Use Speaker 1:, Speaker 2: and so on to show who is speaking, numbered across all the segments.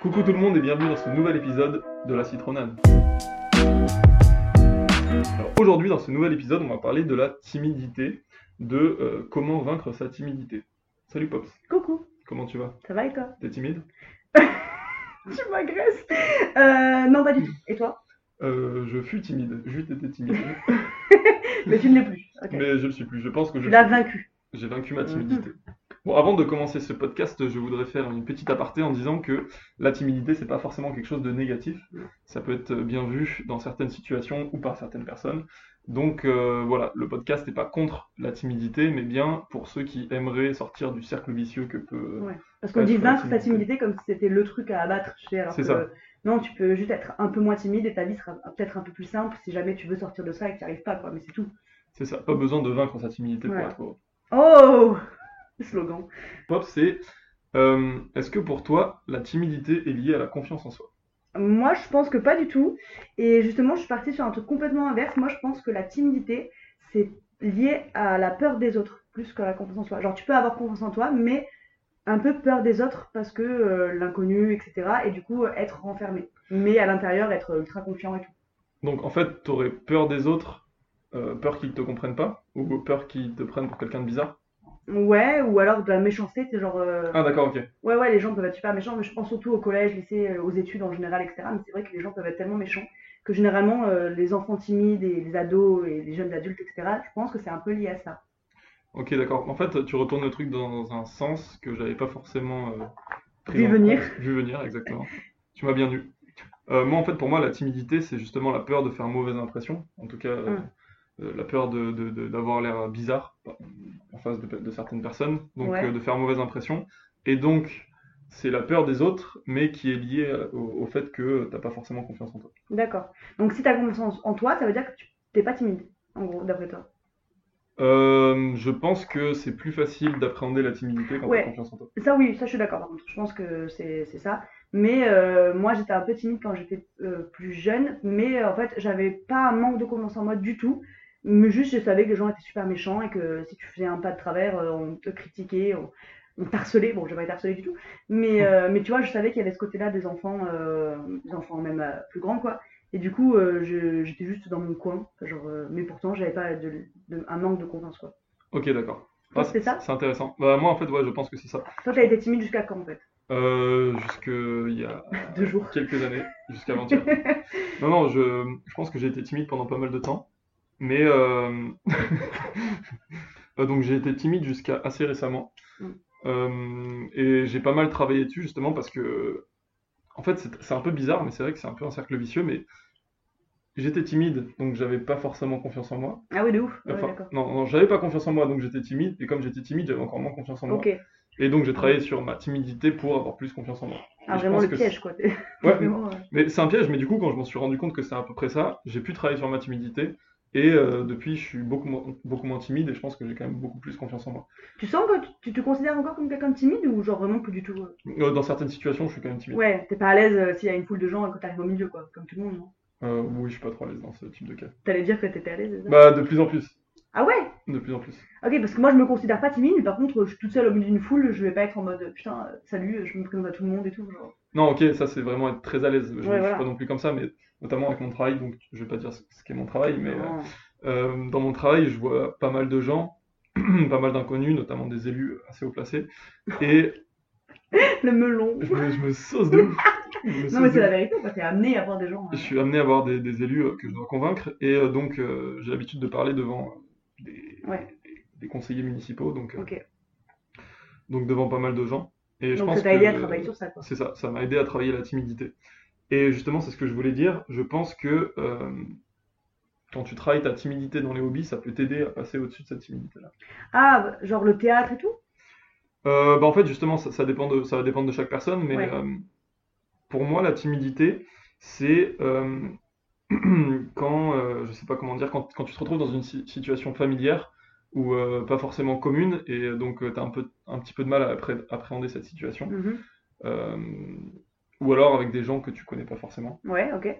Speaker 1: Coucou tout le monde et bienvenue dans ce nouvel épisode de la citronade. Alors, Aujourd'hui, dans ce nouvel épisode, on va parler de la timidité, de euh, comment vaincre sa timidité. Salut Pops,
Speaker 2: Coucou,
Speaker 1: comment tu vas
Speaker 2: ça va et toi
Speaker 1: T'es timide
Speaker 2: Tu m'agresses Euh, Non, pas du tout. Et toi
Speaker 1: Euh, Je fus timide, j'eus été timide,
Speaker 2: Mais tu ne l'es plus. Ok.
Speaker 1: mais je le suis plus. Je pense que je
Speaker 2: Tu l'as vaincu.
Speaker 1: J'ai vaincu
Speaker 2: Euh.
Speaker 1: ma timidité. Bon, avant de commencer ce podcast, je voudrais faire une petite aparté en disant que la timidité, c'est pas forcément quelque chose de négatif. Ça peut être bien vu dans certaines situations ou par certaines personnes. Donc euh, voilà, le podcast n'est pas contre la timidité, mais bien pour ceux qui aimeraient sortir du cercle vicieux que peut.
Speaker 2: Ouais. Parce qu'on
Speaker 1: Ouais,
Speaker 2: dit
Speaker 1: sur la
Speaker 2: vaincre sa
Speaker 1: timidité.
Speaker 2: timidité comme si c'était le truc à abattre. Tu sais, alors
Speaker 1: C'est
Speaker 2: que,
Speaker 1: ça.
Speaker 2: Non, tu peux juste être un peu moins timide et ta vie sera peut-être un peu plus simple si jamais tu veux sortir de ça et que tu n'y arrives pas, quoi. Mais c'est tout.
Speaker 1: C'est ça, pas besoin de vaincre sa timidité pour
Speaker 2: Ouais.
Speaker 1: être heureux.
Speaker 2: Oh Le slogan.
Speaker 1: Pop, c'est euh, est-ce que pour toi, la timidité est liée à la confiance en soi
Speaker 2: Moi, je pense que pas du tout. Et justement, je suis partie sur un truc complètement inverse. Moi, je pense que la timidité, c'est lié à la peur des autres, plus que la confiance en soi. Genre, tu peux avoir confiance en toi, mais un peu peur des autres parce que euh, l'inconnu, etc. Et du coup, euh, être renfermé. Mais à l'intérieur, être ultra confiant et tout.
Speaker 1: Donc en fait, t'aurais peur des autres, euh, peur qu'ils te comprennent pas, ou peur qu'ils te prennent pour quelqu'un de bizarre
Speaker 2: Ouais, ou alors de la méchanceté, c'est genre. euh,
Speaker 1: Ah d'accord, ok.
Speaker 2: Ouais, ouais, les gens peuvent être super méchants, mais je pense surtout au collège, lycée, euh, aux études en général, etc. Mais c'est vrai que les gens peuvent être tellement méchants que généralement, euh, les enfants timides et les ados et les jeunes adultes, etc., je pense que c'est un peu lié à ça.
Speaker 1: Ok, d'accord. En fait, tu retournes le truc dans un sens que j'avais pas forcément euh, pris
Speaker 2: Vu
Speaker 1: en
Speaker 2: venir.
Speaker 1: compte. Vu venir, exactement. Tu m'as bien eu. Euh, moi, en fait, pour moi, la timidité, c'est justement la peur de faire mauvaise impression. En tout cas, euh,
Speaker 2: Hum.
Speaker 1: euh, la peur de, de- de- d'avoir l'air bizarre euh, en face de, de certaines personnes. Donc,
Speaker 2: Ouais.
Speaker 1: euh, de faire mauvaise impression. Et donc, c'est la peur des autres, mais qui est liée euh, au, au fait que t'as pas forcément confiance en toi.
Speaker 2: D'accord. Donc si tu as confiance en toi, ça veut dire que tu t'es pas timide, en gros, d'après toi.
Speaker 1: Euh, je pense que c'est plus facile d'appréhender la timidité quand
Speaker 2: Ouais.
Speaker 1: t'as confiance en toi.
Speaker 2: Ça oui, ça je suis d'accord par contre. Je pense que c'est c'est ça. Mais euh, moi j'étais un peu timide quand j'étais euh, plus jeune, mais euh, en fait j'avais pas un manque de confiance en moi du tout. Mais juste je savais que les gens étaient super méchants et que si tu faisais un pas de travers, euh, on te critiquait, on, on t'harcelait. Bon, j'ai pas été harcelée du tout, mais, euh, mais tu vois, je savais qu'il y avait ce côté-là des enfants, euh, des enfants même euh, plus grands quoi. Et du coup, euh, je- j'étais juste dans mon coin, genre, euh, mais pourtant j'avais pas de, de- un manque de confiance quoi.
Speaker 1: Ok, d'accord.
Speaker 2: Toi,
Speaker 1: Ah,
Speaker 2: c'était ça
Speaker 1: C'est intéressant. Bah, moi, en fait, ouais, je pense que c'est ça.
Speaker 2: Toi t'as été timide jusqu'à quand en fait
Speaker 1: Euh, jusque il y a
Speaker 2: Deux jours.
Speaker 1: quelques années, jusqu'à avant-hier. Non, non, je, je pense que j'ai été timide pendant pas mal de temps. Mais euh, euh, donc j'ai été timide jusqu'à assez récemment.
Speaker 2: Mm.
Speaker 1: Euh, et j'ai pas mal travaillé dessus justement parce que, en fait, c'est c'est un peu bizarre, mais c'est vrai que c'est un peu un cercle vicieux. Mais j'étais timide, donc j'avais pas forcément confiance en moi.
Speaker 2: Ah oui, de ouf. Ouais,
Speaker 1: Enfin,
Speaker 2: d'accord.
Speaker 1: non, non, j'avais pas confiance en moi, donc j'étais timide. Et comme j'étais timide, j'avais encore moins confiance en moi.
Speaker 2: Ok.
Speaker 1: Et donc j'ai travaillé sur ma timidité pour avoir plus confiance en moi.
Speaker 2: Ah,
Speaker 1: Et je
Speaker 2: vraiment
Speaker 1: pense
Speaker 2: le
Speaker 1: que
Speaker 2: piège, quoi. T'es-
Speaker 1: c'est- Ouais,
Speaker 2: vraiment, euh,
Speaker 1: mais c'est un piège, mais du coup quand je m'en suis rendu compte que c'est à peu près ça, j'ai pu travailler sur ma timidité. Et euh, depuis, je suis beaucoup, moins- beaucoup moins timide et je pense que j'ai quand même beaucoup plus confiance en moi.
Speaker 2: Tu sens que tu, tu te considères encore comme quelqu'un de timide ou genre vraiment plus du tout euh
Speaker 1: Euh, dans certaines situations, je suis quand même timide.
Speaker 2: Ouais, t'es pas à l'aise euh, s'il y a une foule de gens et que t'arrives au milieu, quoi. Comme tout le monde, non
Speaker 1: Euh, oui, je suis pas trop à l'aise dans ce type de cas.
Speaker 2: T'allais dire que t'étais à l'aise, c'est ça
Speaker 1: Bah, de plus en plus.
Speaker 2: Ah ouais
Speaker 1: De plus en plus.
Speaker 2: Ok, parce que moi je me considère pas timide, mais par contre, je suis toute seule au milieu d'une foule, je vais pas être en mode putain, euh, salut, je me présente à tout le monde et tout. Genre.
Speaker 1: Non, ok, ça c'est vraiment être très à l'aise. Je, je suis
Speaker 2: voilà.
Speaker 1: pas non plus comme ça, mais notamment avec mon travail, donc je vais pas dire ce, ce qu'est mon travail, mais. euh,
Speaker 2: Non.
Speaker 1: Euh, dans mon travail, je vois pas mal de gens, pas mal d'inconnus, notamment des élus assez haut placés, et
Speaker 2: Le melon.
Speaker 1: je me, je me sauce de ouf. Je me
Speaker 2: Non,
Speaker 1: sauce
Speaker 2: mais c'est
Speaker 1: de
Speaker 2: la
Speaker 1: ouf.
Speaker 2: vérité, quoi. T'es amené à voir des gens.
Speaker 1: Je
Speaker 2: euh,
Speaker 1: suis amené à voir des, des élus euh, que je dois convaincre, et euh, donc euh, j'ai l'habitude de parler devant euh, des,
Speaker 2: Ouais.
Speaker 1: des- des conseillers municipaux, donc, euh,
Speaker 2: Ok.
Speaker 1: donc devant pas mal de gens. Et je
Speaker 2: Donc
Speaker 1: pense
Speaker 2: ça t'a aidé à
Speaker 1: que-
Speaker 2: travailler sur ça, quoi.
Speaker 1: C'est ça, ça m'a aidé à travailler la timidité. Et justement, c'est ce que je voulais dire. Je pense que euh, quand tu travailles ta timidité dans les hobbies, ça peut t'aider à passer au-dessus de cette timidité-là.
Speaker 2: Ah, bah, genre le théâtre et tout
Speaker 1: Euh, bah en fait, justement, ça, ça dépend de, ça va dépendre de chaque personne, mais
Speaker 2: Ouais.
Speaker 1: euh, pour moi, la timidité, c'est euh, quand, euh, je sais pas comment dire, quand, quand tu te retrouves dans une si- situation familière ou euh, pas forcément commune, et euh, donc tu as un peu, un petit peu de mal à appré- appréhender cette situation,
Speaker 2: Mhm.
Speaker 1: Euh, ou alors avec des gens que tu connais pas forcément.
Speaker 2: Ouais, ok.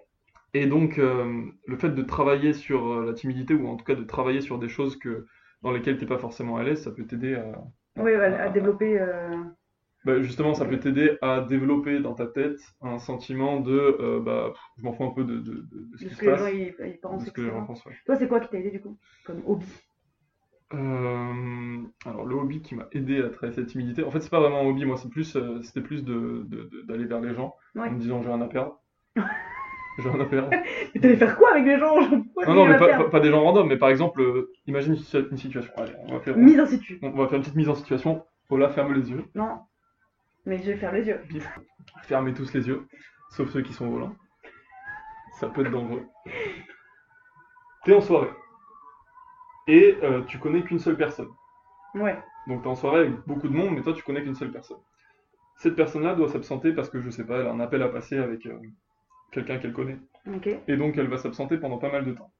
Speaker 1: Et donc, euh, le fait de travailler sur euh, la timidité, ou en tout cas de travailler sur des choses que, dans lesquelles t'es pas forcément à l'aise, ça peut t'aider à,
Speaker 2: Ouais, ouais, à développer. euh,
Speaker 1: bah, justement, ça peut t'aider à développer dans ta tête un sentiment de euh, bah, pff, je m'en fous un peu de, de- de- de ce
Speaker 2: De
Speaker 1: qui
Speaker 2: ce
Speaker 1: se
Speaker 2: que les
Speaker 1: passe.
Speaker 2: gens ils, ils
Speaker 1: de
Speaker 2: pensent,
Speaker 1: ce que les
Speaker 2: etc.
Speaker 1: gens pensent, ouais.
Speaker 2: Toi, c'est quoi qui t'a aidé du coup Comme hobby
Speaker 1: Euh, alors le hobby qui m'a aidé à traverser cette timidité, en fait c'est pas vraiment un hobby, moi c'est plus, euh, c'était plus de, de- de- d'aller vers les gens
Speaker 2: Ouais.
Speaker 1: en me disant j'ai rien à perdre. J'ai rien à perdre.
Speaker 2: Mais t'allais faire quoi avec les gens Pourquoi
Speaker 1: Non,
Speaker 2: tu
Speaker 1: non,
Speaker 2: vas
Speaker 1: mais pas,
Speaker 2: faire
Speaker 1: pas- pas des gens random, mais par exemple, euh, imagine une, situa- une situation. Allez, on va, faire,
Speaker 2: Mise en situ.
Speaker 1: on va faire une petite mise en situation. Paula ferme les yeux,
Speaker 2: Non. Mais je vais faire les yeux.
Speaker 1: fermez tous les yeux, sauf ceux qui sont volants. Ça peut être dangereux. T'es en soirée et euh, tu connais qu'une seule personne.
Speaker 2: Ouais.
Speaker 1: Donc t'es en soirée avec beaucoup de monde, mais toi tu connais qu'une seule personne. Cette personne-là doit s'absenter parce que je sais pas, elle a un appel à passer avec euh, quelqu'un qu'elle connaît.
Speaker 2: Ok.
Speaker 1: Et donc elle va s'absenter pendant pas mal de temps.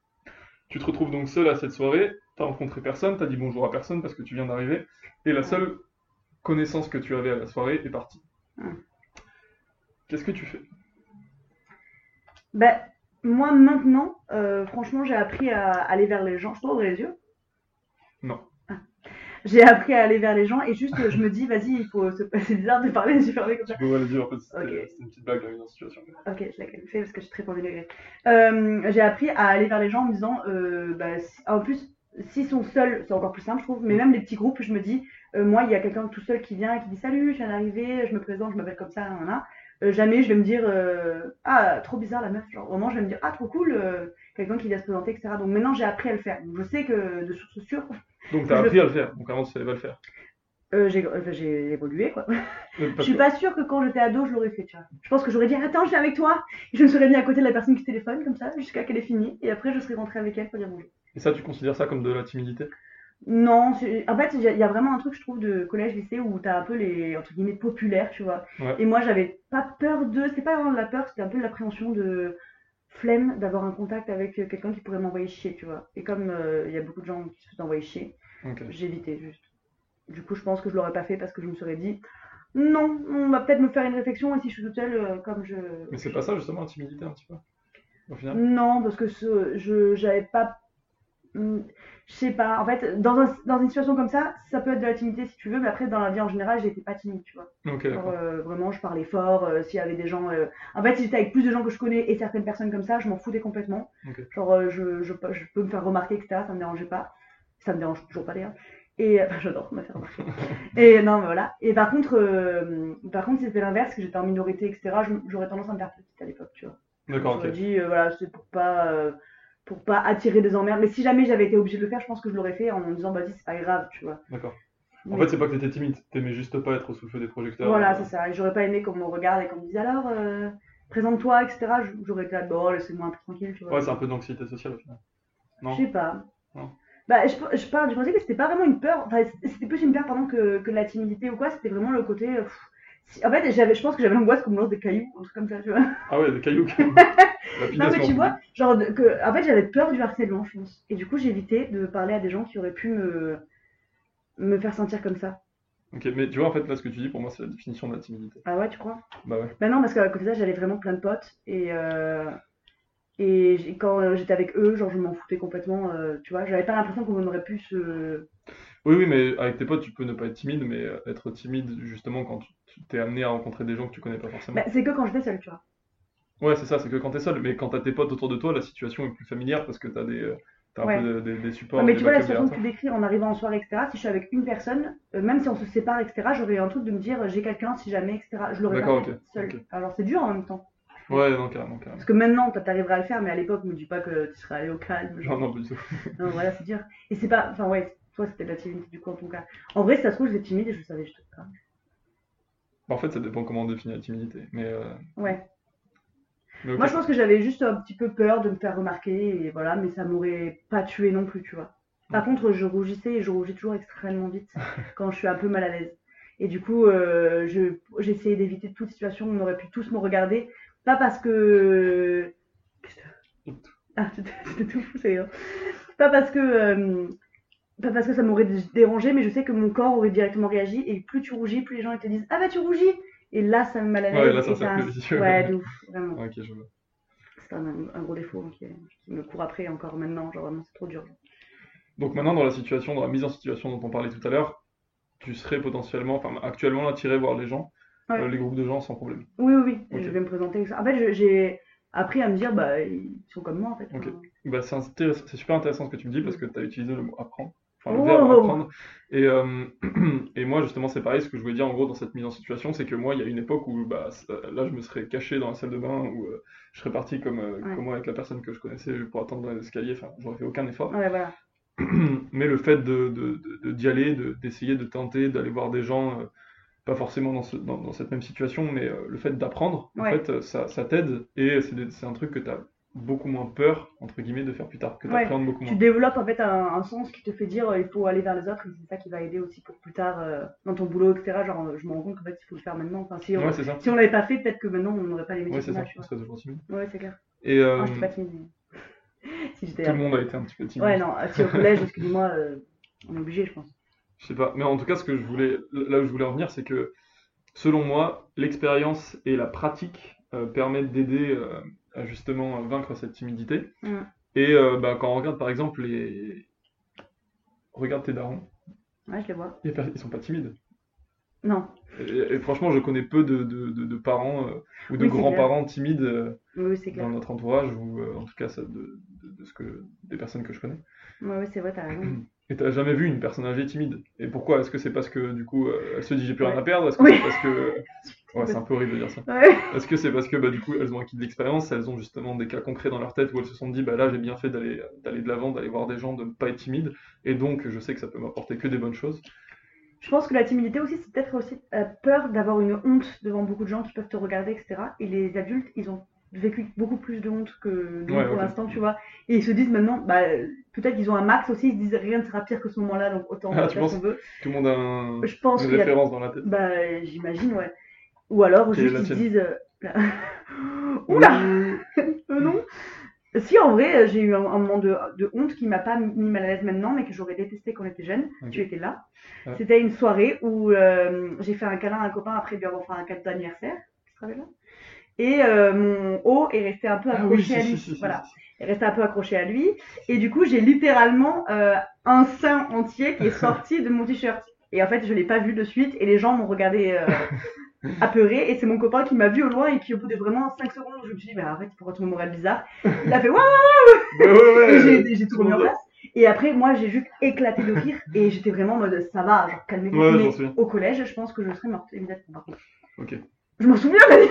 Speaker 1: Tu te retrouves donc seul à cette soirée, t'as rencontré personne, t'as dit bonjour à personne parce que tu viens d'arriver, et la seule connaissance que tu avais à la soirée est partie.
Speaker 2: Hmm.
Speaker 1: Qu'est-ce que tu fais
Speaker 2: Ben, moi maintenant, euh, franchement, j'ai appris à aller vers les gens. Je peux ouvrir les yeux
Speaker 1: Non.
Speaker 2: Ah. J'ai appris à aller vers les gens et juste euh, je me dis, vas-y, il faut se passer bizarre de parler les yeux fermés comme
Speaker 1: Tu
Speaker 2: ça.
Speaker 1: peux le dire, en fait, c'était euh,
Speaker 2: Ok.
Speaker 1: c'était une petite blague, la mise en situation.
Speaker 2: Ok, je l'ai quand même fait parce que je suis très pour degré. Euh, j'ai appris à aller vers les gens en me disant, euh, bah, si- en plus, s'ils sont seuls, c'est encore plus simple, je trouve, mais même les petits groupes, je me dis, euh, moi, il y a quelqu'un tout seul qui vient et qui dit salut, je viens d'arriver, je me présente, je m'appelle comme ça, nanana. Euh, jamais je vais me dire, euh, ah, trop bizarre la meuf, genre vraiment, je vais me dire, ah, trop cool, euh, quelqu'un qui vient se présenter, etc. Donc maintenant, j'ai appris à le faire. Donc, je sais que de source sûre,
Speaker 1: Donc t'as
Speaker 2: Je-
Speaker 1: appris à le faire, donc avant tu savais pas le faire.
Speaker 2: euh, j'ai euh, j'ai évolué, quoi.
Speaker 1: Euh,
Speaker 2: Je
Speaker 1: parce
Speaker 2: suis
Speaker 1: que-
Speaker 2: pas sûre que quand j'étais ado, je l'aurais fait, tu vois. Je pense que j'aurais dit attends, je viens avec toi. Et je me serais mis à côté de la personne qui téléphone comme ça jusqu'à qu'elle ait fini et après je serais rentrée avec elle pour dire bonjour.
Speaker 1: Et ça, tu considères ça comme de la timidité
Speaker 2: Non, c'est- en fait, il y, a- il y a vraiment un truc, je trouve, de collège-lycée où t'as un peu les entre guillemets populaires, tu vois.
Speaker 1: Ouais.
Speaker 2: Et moi, j'avais pas peur de, c'était pas vraiment de la peur, c'était un peu de l'appréhension de flemme d'avoir un contact avec euh, quelqu'un qui pourrait m'envoyer chier, tu vois. Et comme euh, il y a beaucoup de gens qui se font envoyer chier,
Speaker 1: Ok.
Speaker 2: J'évitais juste. Du coup, je pense que je l'aurais pas fait parce que je me serais dit non, on va peut-être me faire une réflexion et si je suis toute seule, euh, comme je.
Speaker 1: Mais c'est pas ça justement la timidité un petit peu Au final
Speaker 2: Non, parce que ce, je j'avais pas. Hmm, Je sais pas. En fait, dans, un- dans une situation comme ça, ça peut être de la timidité si tu veux, mais après, dans la vie en général, j'étais pas timide, tu vois.
Speaker 1: Ok,
Speaker 2: Genre,
Speaker 1: d'accord.
Speaker 2: euh, vraiment, je parlais fort. euh, S'il y avait des gens. euh, En fait, si j'étais avec plus de gens que je connais et certaines personnes comme ça, je m'en foutais complètement.
Speaker 1: Ok.
Speaker 2: Genre, euh, je, je, je peux me faire remarquer, etc. Ça me dérangeait pas. Ça me dérange toujours pas d'ailleurs. Et enfin, j'adore me faire remarquer. Et non, mais voilà. Et par contre, euh, par contre, c'était l'inverse, que j'étais en minorité, etc. je- J'aurais tendance à me faire petite à l'époque, tu vois.
Speaker 1: D'accord,
Speaker 2: J'aurais
Speaker 1: ok.
Speaker 2: dit, euh, voilà, c'est pour pas, euh, pour pas attirer des emmerdes. Mais si jamais j'avais été obligée de le faire, je pense que je l'aurais fait en me disant, bah, vas-y, c'est pas grave, tu vois.
Speaker 1: D'accord. En
Speaker 2: Mais-
Speaker 1: fait, c'est pas que t'étais timide, t'aimais juste pas être sous le feu des projecteurs.
Speaker 2: Mm. voilà,
Speaker 1: euh,
Speaker 2: c'est ça. Et J'aurais pas aimé qu'on me regarde et qu'on me dise, alors, euh, présente-toi, etc. J- J'aurais été là, bon, oh, laissez-moi un peu tranquille, tu vois.
Speaker 1: Ouais, c'est un peu d'anxiété sociale au final. non.
Speaker 2: Je sais pas.
Speaker 1: Non.
Speaker 2: Bah, je, je parle, je pensais que c'était pas vraiment une peur, enfin, c- c'était plus une peur, pardon, que, que de la timidité ou quoi, c'était vraiment le côté. euh, pff. Si- en fait, j'avais, je pense que j'avais l'angoisse qu'on me lance des cailloux, un truc comme ça, tu vois.
Speaker 1: Ah ouais, des cailloux.
Speaker 2: Non, mais tu vois, genre, de- que, en fait, j'avais peur du harcèlement, je pense. Et du coup, j'évitais de parler à des gens qui auraient pu me, me faire sentir comme ça.
Speaker 1: Ok, mais tu vois, en fait, là, ce que tu dis, pour moi, c'est la définition de la timidité.
Speaker 2: Ah ouais, tu crois
Speaker 1: Bah ouais.
Speaker 2: Bah non, parce qu'à côté de ça, j'avais vraiment plein de potes. Et, euh, et j'ai- quand euh, j'étais avec eux, genre, je m'en foutais complètement, euh, tu vois. J'avais pas l'impression qu'on aurait pu se.
Speaker 1: Oui, oui, mais avec tes potes, tu peux ne pas être timide, mais euh, être timide, justement, quand tu tu t'es amené à rencontrer des gens que tu connais pas forcément.
Speaker 2: Bah, c'est que quand j'étais seule, tu vois.
Speaker 1: Ouais, c'est ça, c'est que quand t'es seul. Mais quand t'as tes potes autour de toi, la situation est plus familière parce que t'as des, euh, t'as un
Speaker 2: Ouais.
Speaker 1: peu de- des, des supports,
Speaker 2: Ouais, mais
Speaker 1: des
Speaker 2: tu vois, la
Speaker 1: backups
Speaker 2: situation que
Speaker 1: derrière
Speaker 2: tu décris en arrivant en soirée, etc., si je suis avec une personne, euh, même si on se sépare, etc., j'aurais un truc de me dire, euh, j'ai quelqu'un si jamais, etc. Je l'aurais pas
Speaker 1: D'accord,
Speaker 2: fait
Speaker 1: ok,
Speaker 2: seule.
Speaker 1: ok.
Speaker 2: Alors, c'est dur en même temps.
Speaker 1: toi. Ouais, non, carrément, carrément.
Speaker 2: Parce que maintenant, toi, t'arriverais à le faire, mais à l'époque, me dis pas que tu serais allé au calme.
Speaker 1: Non,
Speaker 2: Genre.
Speaker 1: non, pas du tout.
Speaker 2: Non, voilà, c'est dur. Et c'est pas. Enfin, ouais, toi, c'était de la timidité, du coup, en tout cas. En vrai, si ça se trouve, j'étais timide et je le savais juste pas.
Speaker 1: Bah, En fait, ça dépend comment on définit la timidité. Mais, euh,
Speaker 2: Ouais.
Speaker 1: mais ok.
Speaker 2: Moi, je pense que j'avais juste un petit peu peur de me faire remarquer, et voilà, mais ça m'aurait pas tué non plus, tu vois.
Speaker 1: Mm.
Speaker 2: Par contre, je rougissais et je rougis toujours extrêmement vite quand je suis un peu mal à l'aise. Et du coup, euh, je- j'essayais d'éviter toute situation où on aurait pu tous me regarder. Pas parce que. Qu'est-ce que t'as Ah, c'était c'était tout fou, ça y est. Pas parce que. euh, pas parce que ça m'aurait dé- dérangé, mais je sais que mon corps aurait directement réagi. Et plus tu rougis, plus les gens ils te disent Ah bah tu rougis Et là, ça me met mal à l'aise.
Speaker 1: Ouais, là, ça
Speaker 2: et
Speaker 1: me sert plus les yeux.
Speaker 2: Ouais, de ouf, vraiment.
Speaker 1: Ah, Ok, je vois.
Speaker 2: C'est un, un gros défaut hein, qui, qui me court après encore maintenant. Genre, vraiment, c'est trop dur.
Speaker 1: Donc maintenant, dans la situation, dans la mise en situation dont on parlait tout à l'heure, tu serais potentiellement, enfin actuellement, attiré voir les gens,
Speaker 2: Ouais.
Speaker 1: euh, les groupes de gens sans problème.
Speaker 2: Oui, oui, oui.
Speaker 1: Ok.
Speaker 2: Je vais me présenter. avec ça. En fait, je- j'ai appris à me dire, bah, ils sont comme moi, en fait.
Speaker 1: Ok.
Speaker 2: Enfin,
Speaker 1: Bah, c'est intéressant- c'est super intéressant ce que tu me dis parce que tu as utilisé le mot apprendre, enfin le
Speaker 2: Oh.
Speaker 1: verbe apprendre. Et, euh, et moi, justement, c'est pareil. Ce que je voulais dire en gros dans cette mise en situation, c'est que moi, il y a une époque où bah, c- euh, là, je me serais caché dans la salle de bain ou euh, je serais parti comme, euh,
Speaker 2: Ouais.
Speaker 1: comme moi avec la personne que je connaissais pour attendre dans l'escalier. Enfin, j'aurais fait aucun effort.
Speaker 2: Ouais, voilà.
Speaker 1: Mais le fait de, de- de- de- d'y aller, de- d'essayer de tenter, d'aller voir des gens, euh, pas forcément dans, ce- dans- dans cette même situation, mais euh, le fait d'apprendre, en
Speaker 2: Ouais.
Speaker 1: fait, euh, ça, ça t'aide et c'est, des- c'est un truc que tu as beaucoup moins peur, entre guillemets, de faire plus tard, que tu
Speaker 2: Ouais.
Speaker 1: beaucoup moins.
Speaker 2: Tu développes en fait un, un sens qui te fait dire euh, il faut aller vers les autres et c'est ça qui va aider aussi pour plus tard euh, dans ton boulot, etc. Genre, euh, je me rends compte qu'en fait, il faut le faire maintenant. Enfin, si on,
Speaker 1: Ouais, c'est ça.
Speaker 2: si on l'avait pas fait, peut-être que maintenant on n'aurait pas les métiers
Speaker 1: Ouais, c'est
Speaker 2: qu'on a,
Speaker 1: ça.
Speaker 2: tu
Speaker 1: On serait toujours timide.
Speaker 2: vois. Ouais, c'est clair.
Speaker 1: Et euh,
Speaker 2: Ah, je suis pas timide. mais- si j'étais. euh,
Speaker 1: tout le monde a été un petit peu timide.
Speaker 2: Ouais, non, euh, si au collège, excuse-moi, euh, on est obligé, je pense.
Speaker 1: Je sais pas. Mais en tout cas, ce que je voulais, là où je voulais en venir, c'est que selon moi, l'expérience et la pratique euh, permettent d'aider euh, à justement euh, vaincre cette timidité.
Speaker 2: Mm.
Speaker 1: Et euh, bah, quand on regarde par exemple les. Regarde tes darons,
Speaker 2: Ouais, je les vois.
Speaker 1: y a per- ils sont pas timides.
Speaker 2: Non.
Speaker 1: Et, et franchement, je connais peu de, de- de- de parents euh, ou de
Speaker 2: Oui, c'est
Speaker 1: grands-parents timides euh,
Speaker 2: Oui, oui, c'est clair.
Speaker 1: dans notre entourage, ou euh, en tout cas ça, de, de- de ce que, des personnes que je connais.
Speaker 2: Ouais, ouais, c'est vrai, t'as raison.
Speaker 1: Et t'as jamais vu une personne âgée timide. Et pourquoi? Est-ce que c'est parce que du coup euh, elle se dit j'ai plus rien à
Speaker 2: Ouais.
Speaker 1: perdre? Est-ce que
Speaker 2: Oui.
Speaker 1: c'est parce que. Ouais, c'est un peu horrible de dire ça.
Speaker 2: Ouais.
Speaker 1: Est-ce que c'est parce que bah, du coup elles ont acquis de l'expérience, elles ont justement des cas concrets dans leur tête où elles se sont dit bah là j'ai bien fait d'aller d'aller de l'avant, d'aller voir des gens, de ne pas être timide, et donc je sais que ça peut m'apporter que des bonnes choses.
Speaker 2: Je pense que la timidité aussi, c'est peut-être aussi euh, peur d'avoir une honte devant beaucoup de gens qui peuvent te regarder, etc. Et les adultes, ils ont vécu beaucoup plus de honte que nous
Speaker 1: Ouais,
Speaker 2: pour
Speaker 1: ok.
Speaker 2: l'instant, tu vois. Et ils se disent maintenant, bah, euh, peut-être qu'ils ont un max aussi, ils se disent rien ne sera pire que ce moment-là, donc autant
Speaker 1: Ah,
Speaker 2: faire
Speaker 1: tu
Speaker 2: ce
Speaker 1: penses
Speaker 2: qu'on veut.
Speaker 1: Tout le monde a un-
Speaker 2: Je pense
Speaker 1: une
Speaker 2: qu'il y a...
Speaker 1: référence dans la tête.
Speaker 2: Bah, euh, j'imagine, ouais. Ou alors,
Speaker 1: Quelle est
Speaker 2: juste,
Speaker 1: la
Speaker 2: ils se
Speaker 1: tienne
Speaker 2: disent... euh, là. Oula Euh, Non Si, en vrai, euh, j'ai eu un, un moment de, de honte qui m'a pas mis mal à l'aise maintenant, mais que j'aurais détesté quand on était jeune.
Speaker 1: Ok.
Speaker 2: Tu étais là.
Speaker 1: Ouais.
Speaker 2: C'était une soirée où euh, j'ai fait un câlin à un copain après lui avoir fait un cadeau d'anniversaire. Tu te rappelles là Et euh, mon haut est resté un peu
Speaker 1: Ah oui,
Speaker 2: accroché
Speaker 1: si,
Speaker 2: à
Speaker 1: si,
Speaker 2: lui.
Speaker 1: si, si,
Speaker 2: voilà, est resté un peu accroché à lui. Et du coup, j'ai littéralement euh, un sein entier qui est sorti de mon t-shirt. Et en fait, je l'ai pas vu de suite et les gens m'ont regardé euh, apeuré. Et c'est mon copain qui m'a vu au loin et qui, au bout de vraiment 5 secondes, je me suis dit, mais arrête, pourquoi tu me regardes bizarre Il a fait, waouh
Speaker 1: Bah Ouais, ouais,
Speaker 2: Et
Speaker 1: ouais.
Speaker 2: j'ai- j'ai tout
Speaker 1: tout le
Speaker 2: remis en
Speaker 1: monde.
Speaker 2: place. Et après, moi, j'ai juste éclaté de rire et j'étais vraiment en mode, ça va, genre, calmez-vous.
Speaker 1: Ouais,
Speaker 2: Mais
Speaker 1: j'en souviens.
Speaker 2: au collège, je pense que je serais morte immédiatement, par contre.
Speaker 1: Ok.
Speaker 2: Je m'en souviens, mais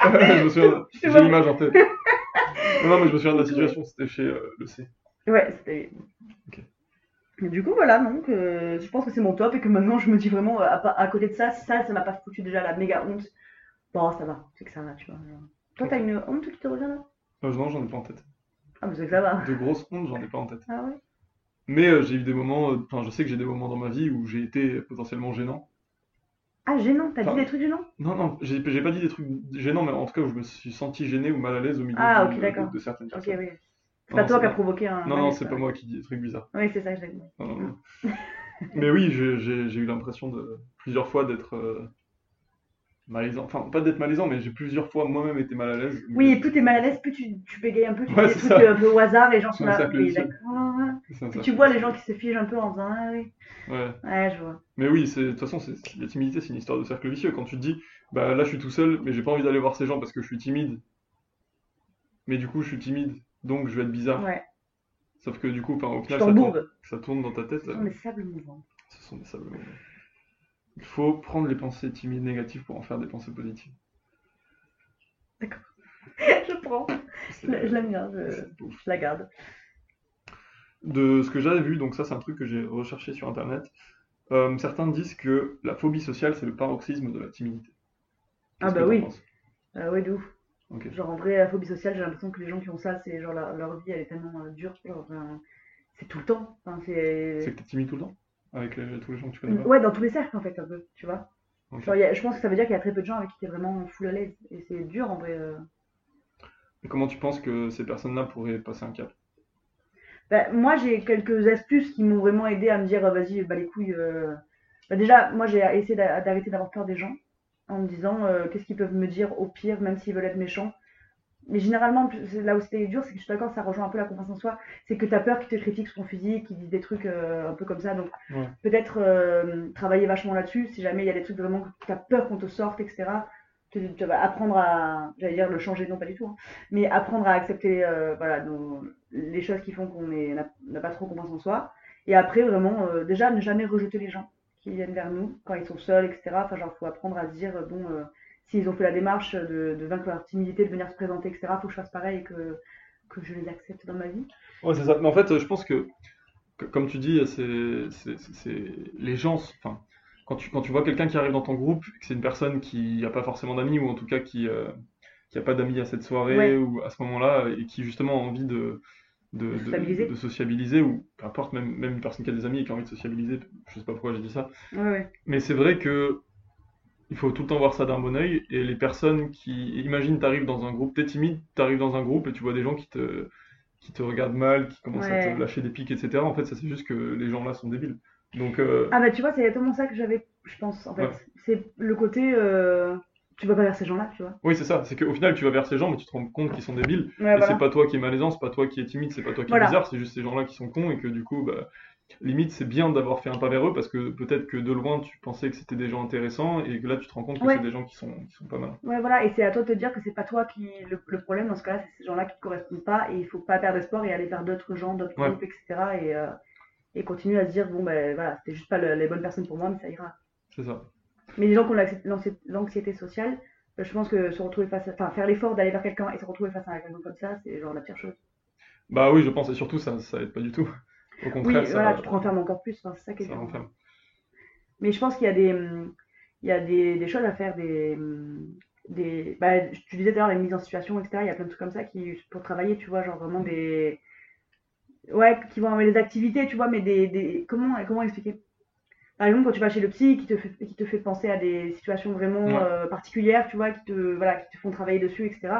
Speaker 1: Ah, je me souviens,
Speaker 2: Je sais
Speaker 1: j'ai
Speaker 2: pas.
Speaker 1: l'image en tête. Non, non, mais je me souviens de la situation, c'était chez euh, le C.
Speaker 2: Ouais, c'était.
Speaker 1: Ok.
Speaker 2: Mais du coup, voilà, donc euh, je pense que c'est mon top et que maintenant je me dis vraiment, euh, à, pa- à côté de ça, si ça, ça m'a pas foutu déjà la méga honte, bon, ça va, c'est que ça va, tu vois. genre. Toi, t'as une honte qui te revient là
Speaker 1: Euh, non, j'en ai pas en tête.
Speaker 2: Ah, mais c'est que ça va.
Speaker 1: De grosses hontes, j'en ai pas en tête.
Speaker 2: Ah ouais
Speaker 1: Mais euh, j'ai eu des moments, euh, enfin, je sais que j'ai des moments dans ma vie où j'ai été potentiellement gênant.
Speaker 2: Ah, gênant, t'as dit
Speaker 1: Enfin,
Speaker 2: des trucs gênants
Speaker 1: Non, non, j'ai j'ai pas dit des trucs gênants, mais en tout cas, je me suis senti gêné ou mal à l'aise au milieu
Speaker 2: Ah,
Speaker 1: d'une-
Speaker 2: ok,
Speaker 1: de,
Speaker 2: d'accord.
Speaker 1: de certaines
Speaker 2: Ok,
Speaker 1: personnes.
Speaker 2: oui.
Speaker 1: Non,
Speaker 2: C'est pas
Speaker 1: non,
Speaker 2: toi
Speaker 1: c'est
Speaker 2: qui a
Speaker 1: pas-
Speaker 2: provoqué un.
Speaker 1: Non, non, c'est pas moi qui dis des trucs bizarres.
Speaker 2: Oui, c'est ça, je l'ai dit.
Speaker 1: Non, non, non. Mais oui, je- j'ai j'ai eu l'impression de plusieurs fois d'être euh, malaisant. Enfin, pas d'être malaisant, mais j'ai plusieurs fois moi-même été mal à l'aise.
Speaker 2: Oui, et plus t'es mal à l'aise, plus tu, tu bégayes un peu, tu
Speaker 1: Ouais,
Speaker 2: fais des
Speaker 1: c'est
Speaker 2: trucs euh,
Speaker 1: ça.
Speaker 2: un peu au hasard, les gens sont
Speaker 1: Ouais, ça
Speaker 2: là.
Speaker 1: fait le
Speaker 2: Oui,
Speaker 1: seul.
Speaker 2: d'accord.
Speaker 1: C'est un
Speaker 2: Puis tu
Speaker 1: cercle.
Speaker 2: vois les gens qui se figent un peu en disant, ah oui,
Speaker 1: Ouais.
Speaker 2: ouais, je vois.
Speaker 1: Mais oui, c'est- de toute façon, c'est- la timidité, c'est une histoire de cercle vicieux. Quand tu te dis, bah là, je suis tout seul, mais j'ai pas envie d'aller voir ces gens parce que je suis timide. Mais du coup, je suis timide, donc je vais être bizarre.
Speaker 2: Ouais,
Speaker 1: Sauf que du coup, enfin, au
Speaker 2: tu
Speaker 1: final, ça tourne,
Speaker 2: t'embourbe. Mm.
Speaker 1: ça tourne dans ta tête.
Speaker 2: Ce sont des sables mouvants.
Speaker 1: Ce sont des sables mouvants. Il faut prendre les pensées timides négatives pour en faire des pensées positives.
Speaker 2: je prends.
Speaker 1: C'est-
Speaker 2: Je euh, la- je la garde, je,
Speaker 1: c'est ouf.
Speaker 2: je la garde.
Speaker 1: De ce que j'avais vu, donc ça c'est un truc que j'ai recherché sur internet, euh, certains disent que la phobie sociale c'est le paroxysme de la timidité. Qu'est-ce
Speaker 2: Ah bah
Speaker 1: que t'en
Speaker 2: oui.
Speaker 1: penses
Speaker 2: Euh, ouais, de ouf.
Speaker 1: Ok.
Speaker 2: Genre en vrai, la phobie sociale, j'ai l'impression que les gens qui ont ça, c'est genre leur, leur vie, elle est tellement euh, dure. genre, enfin, c'est tout le temps. Enfin,
Speaker 1: C'est
Speaker 2: c'est... Mm,
Speaker 1: que t'es timide tout le temps? Avec les- tous les gens que tu connais pas?
Speaker 2: Ouais, dans tous les cercles en fait, un peu, tu vois.
Speaker 1: Ok.
Speaker 2: Genre, il y a- je pense que ça veut dire qu'il y a très peu de gens avec qui t'es vraiment full à l'aise. Et c'est dur en vrai. euh.
Speaker 1: Et comment tu penses que ces personnes-là pourraient passer un cap?
Speaker 2: Bah, moi, j'ai quelques astuces qui m'ont vraiment aidé à me dire, euh, vas-y, bah les couilles. euh. Bah, déjà, moi, j'ai essayé d'a- d'arrêter d'avoir peur des gens en me disant, euh, qu'est-ce qu'ils peuvent me dire au pire, même s'ils veulent être méchants. Mais généralement, c'est là où c'était dur, c'est que je suis d'accord, ça rejoint un peu la confiance en soi. C'est que tu as peur qu'ils te critiquent sur ton physique, qu'ils disent des trucs euh, un peu comme ça. Donc,
Speaker 1: Ouais.
Speaker 2: peut-être euh, travailler vachement là-dessus. Si jamais il y a des trucs vraiment que tu as peur qu'on te sorte, etc., tu, tu vas apprendre à, j'allais dire le changer, non pas du tout, hein, mais apprendre à accepter euh, voilà, nos- les choses qui font qu'on est- n'a n'a pas trop confiance en soi. Et après, vraiment, euh, déjà, ne jamais rejeter les gens qui viennent vers nous quand ils sont seuls, etc. Enfin, genre, faut apprendre à se dire, euh, bon. euh, s'ils ont fait la démarche de, de vaincre leur timidité, de venir se présenter, etc., faut que je fasse pareil et que, que je les accepte dans ma vie.
Speaker 1: Ouais, c'est ça. Mais en fait, euh, je pense que, que- comme tu dis, c'est, c'est, c'est- c'est- les gens, s- enfin, quand tu, quand tu vois quelqu'un qui arrive dans ton groupe, et que c'est une personne qui n'a pas forcément d'amis, ou en tout cas qui, euh, qui a pas d'amis à cette soirée
Speaker 2: Ouais.
Speaker 1: ou à ce moment-là, et qui justement a envie de, de,
Speaker 2: De
Speaker 1: de-
Speaker 2: sociabiliser.
Speaker 1: de sociabiliser, ou peu importe, même, même une personne qui a des amis et qui a envie de sociabiliser, je sais pas pourquoi j'ai dit ça,
Speaker 2: Ouais, ouais.
Speaker 1: mais c'est vrai que il faut tout le temps voir ça d'un bon œil. Et les personnes qui. Imagine, t'arrives dans un groupe, t'es timide, t'arrives dans un groupe et tu vois des gens qui te, qui te regardent mal, qui commencent à
Speaker 2: Ouais.
Speaker 1: te lâcher des pics, etc. En fait, ça c'est juste que les gens là sont débiles. Donc, euh,
Speaker 2: Ah bah tu vois, c'est exactement ça que j'avais, je pense, en fait.
Speaker 1: Ouais.
Speaker 2: C'est le côté, euh, tu vas pas vers ces gens-là, tu vois.
Speaker 1: oui, c'est ça. C'est qu'au final, tu vas vers ces gens, mais tu te rends compte qu'ils sont débiles.
Speaker 2: Ouais,
Speaker 1: et c'est pas toi qui es malaisant, c'est pas toi qui es timide, c'est pas toi qui
Speaker 2: Voilà.
Speaker 1: es bizarre, c'est juste ces gens-là qui sont cons et que du coup, bah, limite, c'est bien d'avoir fait un pas vers eux parce que peut-être que de loin, tu pensais que c'était des gens intéressants et que là, tu te rends compte que
Speaker 2: Ouais.
Speaker 1: c'est des gens qui sont, qui sont pas mal.
Speaker 2: Ouais, voilà, et c'est à toi de te dire que c'est pas toi qui. Le, le problème dans ce cas-là, c'est ces gens-là qui te correspondent pas et il faut pas perdre espoir et aller vers d'autres gens, d'autres
Speaker 1: Ouais.
Speaker 2: groupes, etc. Et, euh, et continuer à se dire, bon ben voilà, c'était juste pas le- les bonnes personnes pour moi, mais ça ira.
Speaker 1: C'est ça.
Speaker 2: Mais les gens qui ont l'anxi- l'anxi- l'anxiété sociale, euh, je pense que se retrouver face à... Enfin, faire l'effort d'aller vers quelqu'un et se retrouver face à quelqu'un comme ça, c'est genre la pire chose.
Speaker 1: Bah oui, je pense, et surtout ça, ça aide pas du tout. Au
Speaker 2: Oui,
Speaker 1: contraire, ça,
Speaker 2: voilà, tu te renfermes encore plus, enfin, c'est ça qui est
Speaker 1: ça
Speaker 2: dur.
Speaker 1: renferme.
Speaker 2: Mais je pense qu'il y a des, hum, il y a des, des choses à faire, des, hum, des, bah, tu disais d'ailleurs la mise en situation, etc. Il y a plein de trucs comme ça qui, pour travailler, tu vois, genre vraiment des, ouais, qui vont amener des activités, tu vois, mais des, des, comment, comment expliquer? Par exemple, quand tu vas chez le psy, qui te fait, qui te fait penser à des situations vraiment
Speaker 1: Ouais.
Speaker 2: euh, particulières, tu vois, qui te, voilà, qui te font travailler dessus, etc.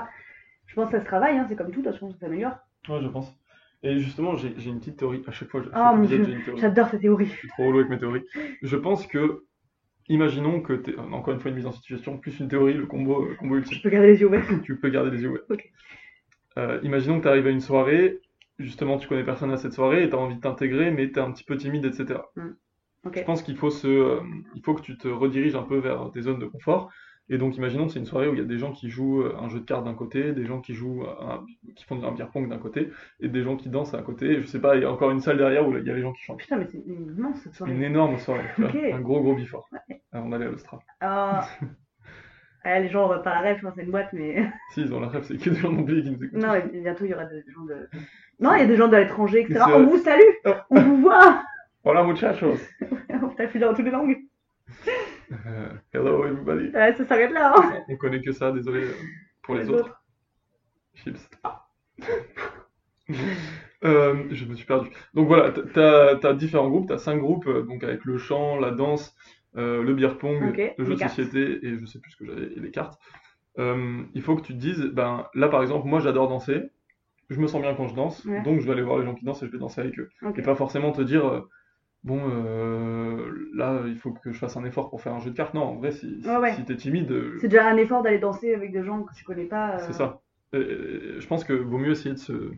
Speaker 2: Je pense que ça se travaille, hein, c'est comme tout, de toute façon, ça s'améliore.
Speaker 1: Ouais, je pense. Et justement, j'ai j'ai une petite théorie. À chaque fois, je, à
Speaker 2: Ah,
Speaker 1: chaque
Speaker 2: mon
Speaker 1: épisode,
Speaker 2: Dieu,
Speaker 1: j'ai une théorie.
Speaker 2: J'adore cette théorie.
Speaker 1: Je suis trop relou avec mes théories. Je pense que, imaginons que t'es, encore une fois, une mise en situation, plus une théorie, le combo, le combo ultime.
Speaker 2: Je peux garder les yeux ouverts.
Speaker 1: Tu peux garder les yeux ouverts.
Speaker 2: Ok.
Speaker 1: Euh, imaginons que tu arrives à une soirée, justement, tu connais personne à cette soirée et tu as envie de t'intégrer, mais tu es un petit peu timide, etc.
Speaker 2: Mm. Ok.
Speaker 1: Je pense qu'il faut se, euh, il faut que tu te rediriges un peu vers tes zones de confort. Et donc, imaginons que c'est une soirée où il y a des gens qui jouent euh, un jeu de cartes d'un côté, des gens qui jouent, un- qui font un beer pong d'un côté, et des gens qui dansent à côté. Et Je sais pas, il y a encore une salle derrière où il y a les gens qui chantent.
Speaker 2: Putain, mais c'est immense cette soirée.
Speaker 1: Une énorme soirée, tu vois,
Speaker 2: Ok.
Speaker 1: un gros gros bifort avant d'aller à l'Ostra.
Speaker 2: Ah. Ouais, les gens auraient pas la rêve, je pense, c'est une boîte, mais.
Speaker 1: Si, ils ont la rêve, c'est que des gens d'oubliés qui nous écoutent.
Speaker 2: Non, et bientôt il y aura des gens de. Non, il y a des gens de l'étranger, etc.
Speaker 1: Mais c'est-
Speaker 2: On vous salue
Speaker 1: Oh.
Speaker 2: On vous voit
Speaker 1: Hola muchachos!
Speaker 2: On t'a fait dans toutes les langues.
Speaker 1: Euh, hello everybody!
Speaker 2: Ouais, ça s'arrête là, hein
Speaker 1: On connaît que ça, désolé euh, pour les
Speaker 2: Les
Speaker 1: autres. Chips. Ah. Euh, je me suis perdu. Donc voilà, t- t'as as différents groupes, t'as cinq groupes, euh, donc avec le chant, la danse, euh, le beer pong,
Speaker 2: Ok,
Speaker 1: le jeu
Speaker 2: les
Speaker 1: de
Speaker 2: cartes.
Speaker 1: société et je sais plus ce que j'avais, et les cartes. Euh, il faut que tu te dises, ben là par exemple, moi j'adore danser, je me sens bien quand je danse,
Speaker 2: Ouais.
Speaker 1: donc je vais aller voir les gens qui dansent et je vais danser avec eux.
Speaker 2: Ok.
Speaker 1: Et pas forcément te dire, euh, bon, euh, là, il faut que je fasse un effort pour faire un jeu de cartes. Non, en vrai, si, si,
Speaker 2: Ouais, ouais.
Speaker 1: si t'es timide, euh,
Speaker 2: C'est déjà un effort d'aller danser avec des gens que tu connais pas. euh,
Speaker 1: c'est ça. Euh, je pense que vaut mieux essayer de se,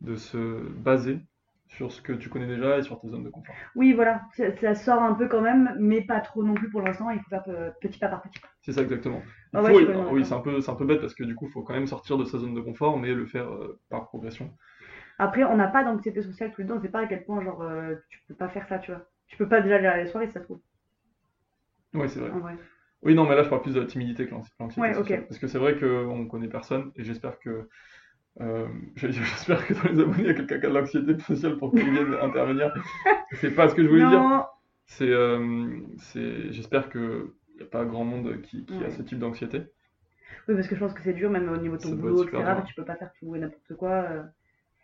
Speaker 1: de se baser sur ce que tu connais déjà et sur tes zones de confort.
Speaker 2: Oui, voilà, ça, ça sort un peu quand même, mais pas trop non plus pour l'instant. Il faut faire euh, petit pas par petit pas.
Speaker 1: C'est ça exactement. Il
Speaker 2: Ah ouais,
Speaker 1: faut-
Speaker 2: je suis complètement
Speaker 1: oui,
Speaker 2: d'accord.
Speaker 1: c'est un peu, c'est un peu bête parce que du coup, il faut quand même sortir de sa zone de confort, mais le faire euh, par progression.
Speaker 2: Après, on n'a pas d'anxiété sociale tout le temps, c'est pas à quel point, genre, euh, tu peux pas faire ça, tu vois. Tu peux pas déjà aller à la soirée, ça se trouve,
Speaker 1: Oui, c'est vrai.
Speaker 2: en vrai.
Speaker 1: Oui, non, mais là, je parle plus de la timidité que l'anxi- l'anxiété
Speaker 2: Ah. Ouais, ok.
Speaker 1: sociale. Parce que c'est vrai qu'on connaît personne et j'espère que. euh, j'allais dire, j'espère que dans les abonnés, il y a quelqu'un qui a de l'anxiété sociale pour qu'il vienne intervenir. C'est pas ce que je voulais dire.
Speaker 2: Non,
Speaker 1: C'est, euh, c'est, j'espère qu'il n'y a pas grand monde qui, qui a
Speaker 2: Ouais.
Speaker 1: ce type d'anxiété.
Speaker 2: Oui, parce que je pense que c'est dur, même au niveau de ton
Speaker 1: Ça doit être
Speaker 2: boulot,
Speaker 1: super
Speaker 2: etc.
Speaker 1: dur.
Speaker 2: Tu peux pas faire tout et n'importe quoi. euh.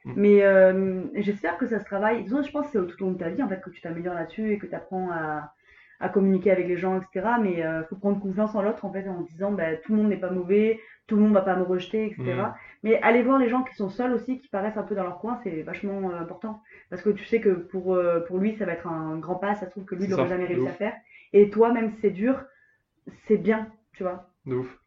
Speaker 1: Mm.
Speaker 2: Mais euh, j'espère que ça se travaille. De toute façon, je pense que c'est tout au long de ta vie, en fait, que tu t'améliores là-dessus et que tu apprends à, à communiquer avec les gens, etc. Mais il faut prendre confiance en l'autre, en fait, en disant, bah, tout le monde n'est pas mauvais, tout le monde va pas me rejeter, etc.
Speaker 1: Mm.
Speaker 2: Mais aller voir les gens qui sont seuls aussi, qui paraissent un peu dans leur coin, c'est vachement euh, important. Parce que tu sais que pour, euh, pour lui, ça va être un grand pas, ça se trouve que lui,
Speaker 1: C'est
Speaker 2: il n'aurait
Speaker 1: ça,
Speaker 2: jamais
Speaker 1: de
Speaker 2: réussi
Speaker 1: ouf.
Speaker 2: à faire. Et toi, même si c'est dur, c'est bien, tu vois.
Speaker 1: De ouf.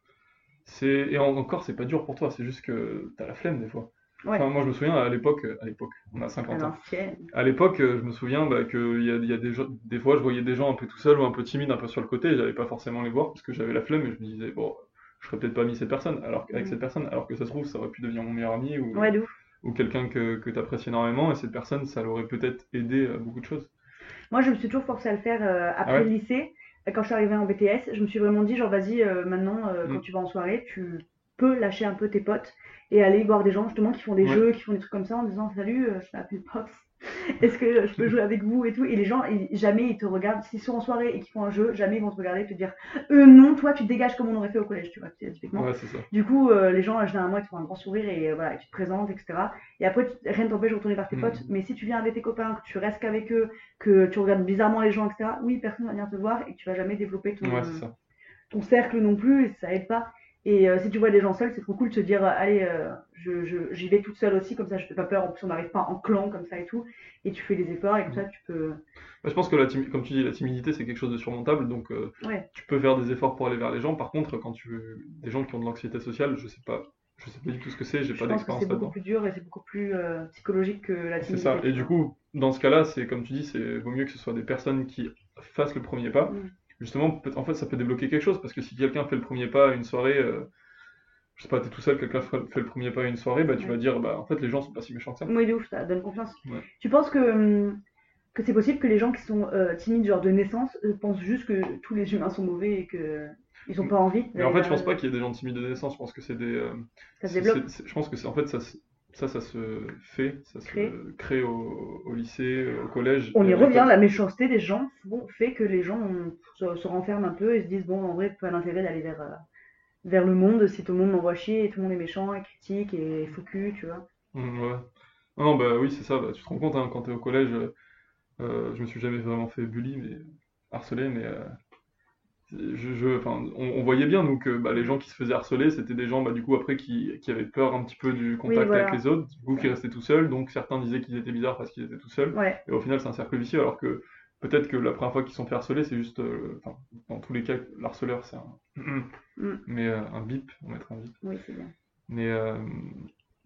Speaker 1: C'est- c'est et en- encore c'est pas dur pour toi, c'est juste que t'as la flemme des fois.
Speaker 2: Ouais.
Speaker 1: Enfin, moi je me souviens à l'époque, à l'époque, on a 50 ans.
Speaker 2: Alors, ok.
Speaker 1: À l'époque, euh, je me souviens bah, que il y a, il y a des, gens- des fois, je voyais des gens un peu tout seuls ou un peu timides, un peu sur le côté, et j'allais pas forcément les voir parce que j'avais la flemme et je me disais, bon, je serais peut-être pas mis ces personnes, alors, avec
Speaker 2: Mhm.
Speaker 1: cette personne, alors que ça se trouve, ça aurait pu devenir mon meilleur ami ou,
Speaker 2: Ouais, de ouf.
Speaker 1: ou quelqu'un que, que t'apprécies énormément, et cette personne, ça l'aurait peut-être aidé à beaucoup de choses.
Speaker 2: Moi, je me suis toujours forcée à le faire euh, après
Speaker 1: Ah ouais
Speaker 2: le lycée. Euh, Quand je suis arrivée en BTS, je me suis vraiment dit, genre, vas-y, euh, maintenant, euh,
Speaker 1: Mm.
Speaker 2: quand tu vas en soirée, tu peux lâcher un peu tes potes et aller voir des gens justement qui font des
Speaker 1: Ouais.
Speaker 2: jeux, qui font des trucs comme ça en disant, salut, euh, je m'appelle Pops. Est-ce que je peux jouer avec vous et tout Et les gens, ils- jamais ils te regardent. S'ils sont en soirée et qu'ils font un jeu, jamais ils vont te regarder et te dire Euh, non, toi tu te dégages comme on aurait fait au collège, tu vois, typiquement.
Speaker 1: Ouais, c'est ça.
Speaker 2: Du coup, euh, les gens, généralement, ils te font un grand sourire et euh, voilà, tu te présentes, etc. Et après, tu- rien ne t'empêche de retourner vers tes
Speaker 1: Mhm.
Speaker 2: potes. Mais si tu viens avec tes copains, que tu restes qu'avec eux, que tu regardes bizarrement les gens, etc., oui, personne ne va venir te voir et que tu vas jamais développer ton,
Speaker 1: Ouais, c'est ça.
Speaker 2: ton cercle non plus et ça aide pas. Et euh, si tu vois des gens seuls, c'est trop cool de se dire, euh, allez, euh, je- je- j'y vais toute seule aussi, comme ça je fais pas peur, en plus on n'arrive pas en clan comme ça et tout. Et tu fais des efforts
Speaker 1: Mm.
Speaker 2: et comme ça tu peux.
Speaker 1: Bah, je pense que la timi- comme tu dis, la timidité, c'est quelque chose de surmontable, donc euh,
Speaker 2: Ouais.
Speaker 1: tu peux faire des efforts pour aller vers les gens. Par contre, quand tu des gens qui ont de l'anxiété sociale, je sais pas, je sais pas du tout ce que c'est, j'ai
Speaker 2: Je
Speaker 1: pas
Speaker 2: pense que
Speaker 1: d'expérience
Speaker 2: c'est beaucoup
Speaker 1: là-dedans.
Speaker 2: plus dur et c'est beaucoup plus euh, psychologique que la
Speaker 1: C'est
Speaker 2: timidité.
Speaker 1: ça.
Speaker 2: tu
Speaker 1: Et
Speaker 2: vois.
Speaker 1: du coup, dans ce cas-là, c'est comme tu dis, c'est vaut mieux que ce soit des personnes qui fassent le premier pas.
Speaker 2: Mm.
Speaker 1: Justement, peut- en fait, ça peut débloquer quelque chose parce que si quelqu'un fait le premier pas à une soirée, euh, je sais pas, t'es tout seul, quelqu'un fait fait le premier pas à une soirée, bah tu
Speaker 2: Ouais. Mm.
Speaker 1: vas dire, bah en fait, les gens sont pas si méchants que ça.
Speaker 2: Oui, de ouf, ça donne confiance.
Speaker 1: Ouais.
Speaker 2: Tu penses que, hum, que c'est possible que les gens qui sont euh, timides, genre de naissance, euh, pensent juste que tous les humains sont mauvais et que ils ont pas envie
Speaker 1: Mais en fait,
Speaker 2: d'aller
Speaker 1: je pense pas
Speaker 2: vers-
Speaker 1: qu'il y ait des gens timides de naissance. Je pense que c'est des euh,
Speaker 2: Ça se
Speaker 1: C'est-
Speaker 2: développe.
Speaker 1: c'est- c'est- je pense que c'est en fait ça, se- ça, ça se fait, ça se
Speaker 2: Crée.
Speaker 1: crée au, au lycée, au collège.
Speaker 2: On y
Speaker 1: et à l'école.
Speaker 2: revient, la méchanceté des gens font- fait que les gens ont- se, se renferment un peu et se disent bon, en vrai, pas l'intérêt d'aller vers, euh, vers le monde si tout le monde m'envoie chier et tout le monde est méchant et critique et faux cul, tu vois.
Speaker 1: Mm, ouais. Non, non, bah oui, c'est ça. bah, tu te rends compte hein, quand t'es au collège. euh, euh, je me suis jamais vraiment fait bully, mais harceler, mais euh, je, je- enfin, on, on voyait bien nous que bah, les gens qui se faisaient harceler, c'était des gens bah, du coup après qui, qui avaient peur un petit peu du contact
Speaker 2: voilà.
Speaker 1: avec les autres, du coup qui restaient tout seuls. Donc certains disaient qu'ils étaient bizarres parce qu'ils étaient tout seuls.
Speaker 2: Ouais,
Speaker 1: Et au final, c'est un cercle vicieux, alors que peut-être que la première fois qu'ils sont fait harceler, c'est juste. euh, enfin, dans tous les cas, l'harceleur, c'est un.
Speaker 2: Mm.
Speaker 1: Mais euh, un bip, on va mettre un bip.
Speaker 2: oui, c'est bien.
Speaker 1: Mais, euh,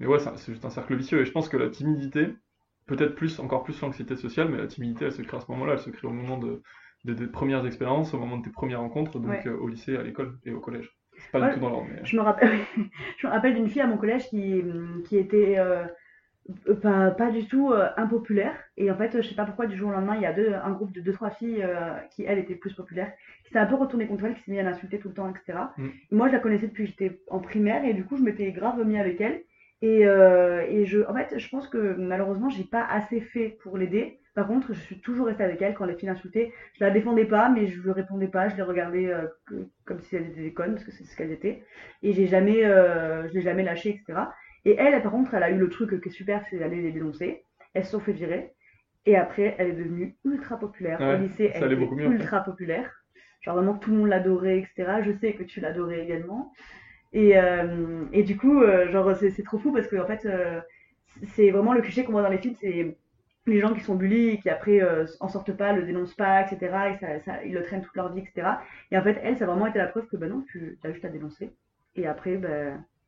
Speaker 1: mais ouais, c'est un- c'est juste un cercle vicieux. Et je pense que la timidité, peut-être plus, encore plus l'anxiété sociale, mais la timidité, elle se crée à ce moment-là. Elle se crée au moment de, de- des premières expériences, au moment de tes premières rencontres, donc
Speaker 2: Ouais.
Speaker 1: euh, au lycée, à l'école et au collège. C'est pas
Speaker 2: Ouais.
Speaker 1: du tout dans l'ordre, mais.
Speaker 2: Je me rappelle, je me rappelle d'une fille à mon collège qui, qui était euh, pas, pas du tout euh, impopulaire. Et en fait, je sais pas pourquoi, du jour au lendemain, il y a deux, un groupe de deux, trois filles euh, qui, elles, étaient plus populaires, qui s'est un peu retourné contre elle, qui s'est mis à l'insulter tout le temps, etc.
Speaker 1: Mm.
Speaker 2: Moi, je la connaissais depuis que j'étais en primaire et du coup, je m'étais grave mis avec elle. Et, euh, et je, en fait, je pense que malheureusement, j'ai pas assez fait pour l'aider. Par contre, je suis toujours restée avec elle quand les filles l'insultaient. Je la défendais pas, mais je lui répondais pas. Je les regardais euh, que- comme si elles étaient des connes, parce que c'est ce qu'elles étaient et j'ai jamais, euh, je l'ai jamais lâché, etc. Et elle, par contre, elle a eu le truc qui est super, c'est d'aller les dénoncer. Elles se sont fait virer. Et après, elle est devenue ultra populaire.
Speaker 1: Ouais,
Speaker 2: Au lycée,
Speaker 1: ça
Speaker 2: elle
Speaker 1: allait
Speaker 2: était
Speaker 1: beaucoup mieux, hein.
Speaker 2: ultra populaire. Genre vraiment, tout le monde l'adorait, etc. Je sais que tu l'adorais également. Et, euh, et du coup, euh, genre, c'est c'est trop fou parce que, en fait, euh, c'est vraiment le cliché qu'on voit dans les films, c'est les gens qui sont bullies et qui après euh, en sortent pas, le dénoncent pas, etc. Et ça, ça- ils le traînent toute leur vie, etc. Et en fait, elle, ça a vraiment été la preuve que, bah non, tu as juste à dénoncer. Et après, bah,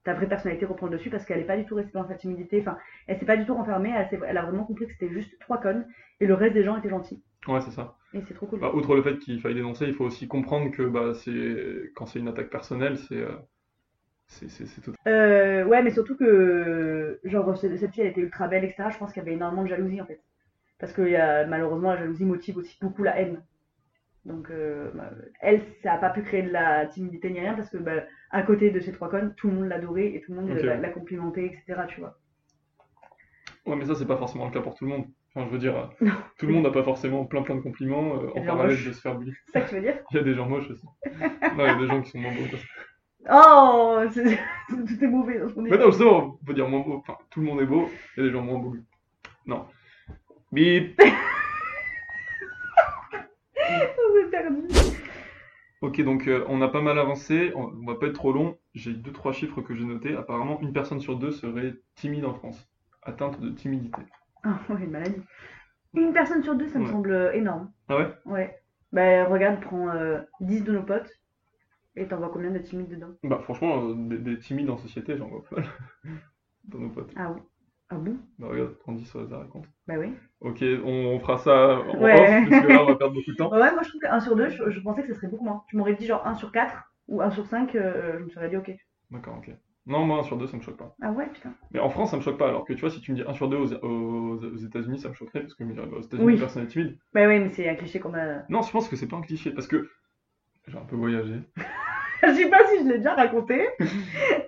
Speaker 2: ta vraie personnalité reprend le dessus parce qu'elle n'est pas du tout restée dans sa timidité. Enfin, elle s'est pas du tout renfermée. Elle, s'est- elle a vraiment compris que c'était juste trois connes et le reste des gens étaient gentils.
Speaker 1: Ouais, c'est ça.
Speaker 2: Et c'est trop cool.
Speaker 1: Bah, outre le fait qu'il faille dénoncer, il faut aussi comprendre que bah, c'est quand c'est une attaque personnelle, c'est euh, c'est c'est- c'est tout.
Speaker 2: Euh, ouais, mais surtout que, genre, ce- cette fille, elle était ultra belle, etc. Je pense qu'il y avait énormément de jalousie, en fait. Parce que, il y a- malheureusement, la jalousie motive aussi beaucoup la haine. Donc, euh, bah, elle, ça n'a pas pu créer de la timidité ni rien, parce que, bah, à côté de ces trois connes, tout le monde l'adorait et tout le monde
Speaker 1: Ok.
Speaker 2: la, la complimentait, etc., tu vois.
Speaker 1: Ouais, mais ça, c'est pas forcément le cas pour tout le monde. Enfin, je veux dire, euh, tout le monde n'a pas forcément plein plein de compliments euh,
Speaker 2: Il y a
Speaker 1: en
Speaker 2: des gens
Speaker 1: parallèle
Speaker 2: moches.
Speaker 1: de se faire bully.
Speaker 2: C'est ça que tu veux dire
Speaker 1: Il y a des gens moches aussi. Non, il y a des gens qui sont moins beaux. quoi.
Speaker 2: Oh, c'est- tout est mauvais dans ce qu'on dit.
Speaker 1: Mais non, justement, on peut dire moins beau. Enfin, tout le monde est beau, il y a des gens moins beaux. Non. Bip
Speaker 2: On est Oh, perdu.
Speaker 1: Ok, donc euh, on a pas mal avancé, on, on va pas être trop long. J'ai deux, trois chiffres que j'ai notés. Apparemment, une personne sur deux serait timide en France. Atteinte de timidité.
Speaker 2: Ah, ouais, une maladie. Une personne sur deux, ça me
Speaker 1: Ouais.
Speaker 2: semble énorme.
Speaker 1: Ah ouais
Speaker 2: Ouais. Bah, regarde, prends euh, 10 de nos potes. Et t'en vois combien de timides dedans
Speaker 1: Bah franchement, euh, des, des timides en société, j'en vois pas dans nos potes.
Speaker 2: Ah oui. Ah bon
Speaker 1: Bah regarde, on dit sur hasard et compte.
Speaker 2: Bah oui.
Speaker 1: Ok, on, on fera ça en
Speaker 2: Ouais.
Speaker 1: off, parce que là on va perdre beaucoup de temps.
Speaker 2: Bah ouais, moi je trouve qu'un sur deux, je, je pensais que ce serait beaucoup moins. Tu m'aurais dit genre 1 sur 4 ou 1 sur 5, je me serais dit ok.
Speaker 1: D'accord, ok. Non, moi 1 sur 2, ça me choque pas.
Speaker 2: Ah ouais, putain.
Speaker 1: Mais en France, ça me choque pas, alors que tu vois, si tu me dis 1 sur 2 aux, aux- aux États-Unis, ça me choquerait, parce que je me dirais, bah, aux États-Unis,
Speaker 2: Oui.
Speaker 1: personne n'est timide.
Speaker 2: Bah oui, mais c'est un cliché qu'on a.
Speaker 1: Non, je pense que c'est pas un cliché, parce que j'ai un peu voyagé.
Speaker 2: je sais pas si je l'ai déjà raconté.